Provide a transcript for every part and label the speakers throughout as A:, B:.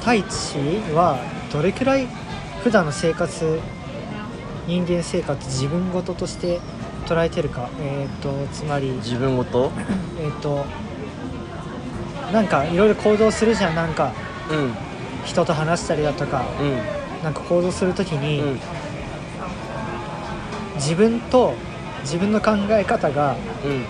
A: 太一はどれくらい普段の生活人間生活自分事として捉えてるかえっ、とつまり
B: 自分ごと
A: えっ、となんかいろいろ行動するじゃんなんか
B: うん
A: 人と話したりだとか
B: うん
A: なんか行動する時に、
B: うん
A: 自分と自分の考え方が
B: うん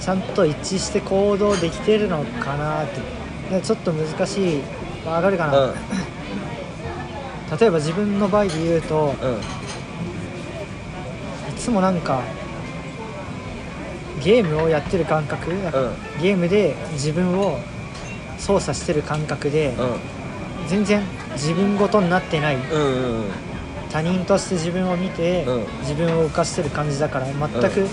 A: ちゃんと一致して行動できてるのかなってでちょっと難しいわかるかな、例えば自分の場合で言うと
B: う
A: い
B: ん
A: つもなんかゲームをやってる感覚、なんか
B: うん
A: ゲームで自分を操作してる感覚で、全然自分ごとになってない
B: うんうんうん
A: 他人として自分を見て、
B: うん
A: 自分を浮かしてる感じだから全く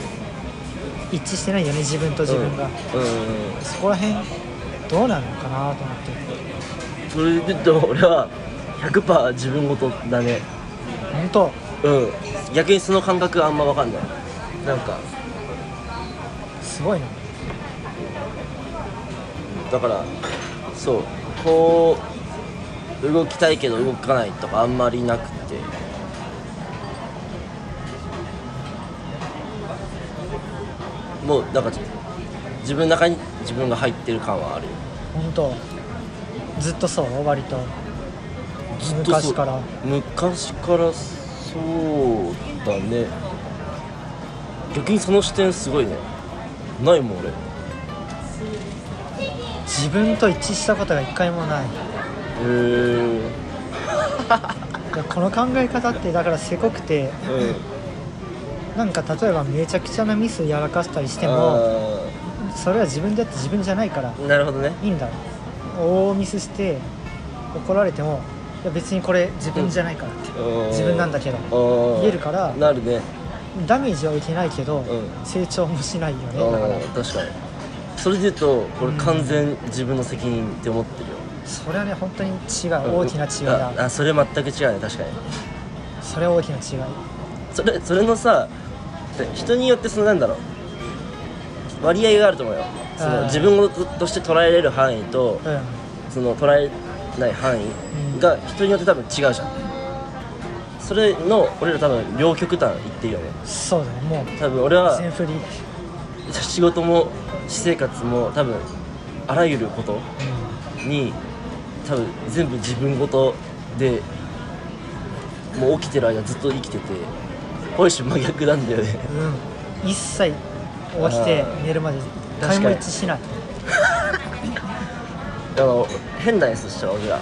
A: 一致してないよね自分と自分が、
B: うんうんうん
A: そこら辺どうなのかなと思って
B: それで言うと俺は100%自分ごとだね
A: 本当
B: うん逆にその感覚あんま分かんないなんか
A: すごいな
B: だからそうこう動きたいけど動かないとかあんまりなくてもうなんか自分の中に自分が入ってる感はあるよ
A: 本当ずっとそう割と
B: ずっとそう
A: 昔から
B: 昔からそうだね逆にその視点すごいねないもん俺
A: 自分と一致したことが一回もない
B: へ
A: いやこの考え方ってだからせこくて
B: えうん
A: なんか例えばめちゃくちゃなミスやらかしたりしても
B: あ
A: それは自分でやって自分じゃないから
B: ーなるほどね
A: いいんだ大ミスして怒られてもいや別にこれ自分じゃないからって、自分なんだけど
B: ど
A: 言えるから
B: なるね
A: ダメージは受けないけど、
B: ん
A: 成長もしないよ
B: あ
A: ねだから
B: ー確かにそれで言うとこれ
A: うん
B: 完全自分の責任って思ってるよ
A: それはね本当に違う大きな違い
B: あ
A: だ
B: あそれ全く違うね確かに
A: それは大きな違い
B: それそれのさ人によってそのなんだろう割合があると思うよそ
A: あー
B: の自分事として捉えれる範囲と
A: うん
B: その捉えない範囲が人によって多分違うじゃんそれの俺ら多分両極端言ってるよね
A: そうだねもう
B: 多分俺は
A: 全振り、うん、
B: 仕事も私生活も多分あらゆることに多分全部自分ごとでもう起きてる間ずっと生きてて本種真逆なんだよね
A: うん、一切起きて
B: あー
A: 寝るまで一回
B: 確
A: も
B: かに
A: 一致しない
B: あの変なやつでしょ俺ら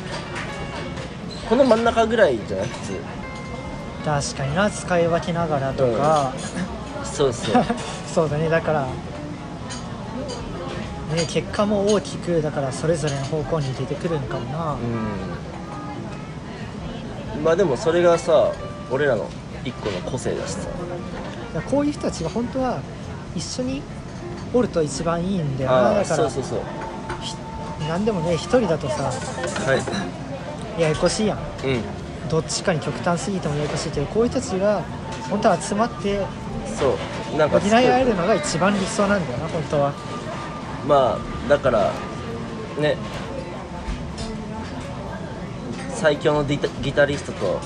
B: この真ん中ぐらいじゃない普
A: 確かにな使い分けながらとか、
B: 通そうそう
A: そうだねだから、ね、結果も大きくだからそれぞれの方向に出てくるのかもな、
B: うんまあでもそれがさ俺らの一個の個性だしさ
A: だからこういう人たちが本当は一緒におると一番いいんだよな
B: ああ
A: だか
B: そう
A: ら
B: そうそう
A: 何でもね一人だとさ
B: は
A: ややこしいやん
B: いうん
A: どっちかに極端すぎてもややこしいけどこういう人たちが本当は集まって
B: そうなん
A: 補
B: か
A: い合えるのが一番理想なんだよな本当は
B: まあだからね最強のディタギタリストと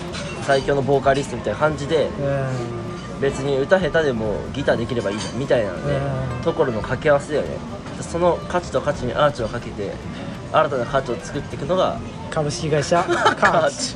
B: 最強のボーカリストみたいな感じで
A: うん
B: 別に歌下手でもギターできればいいじゃんみたいなね
A: うん
B: ところの掛け合わせだよねその価値と価値にアーチをかけて新たな価値を作っていくのが
A: 株式会社カーチ
B: チ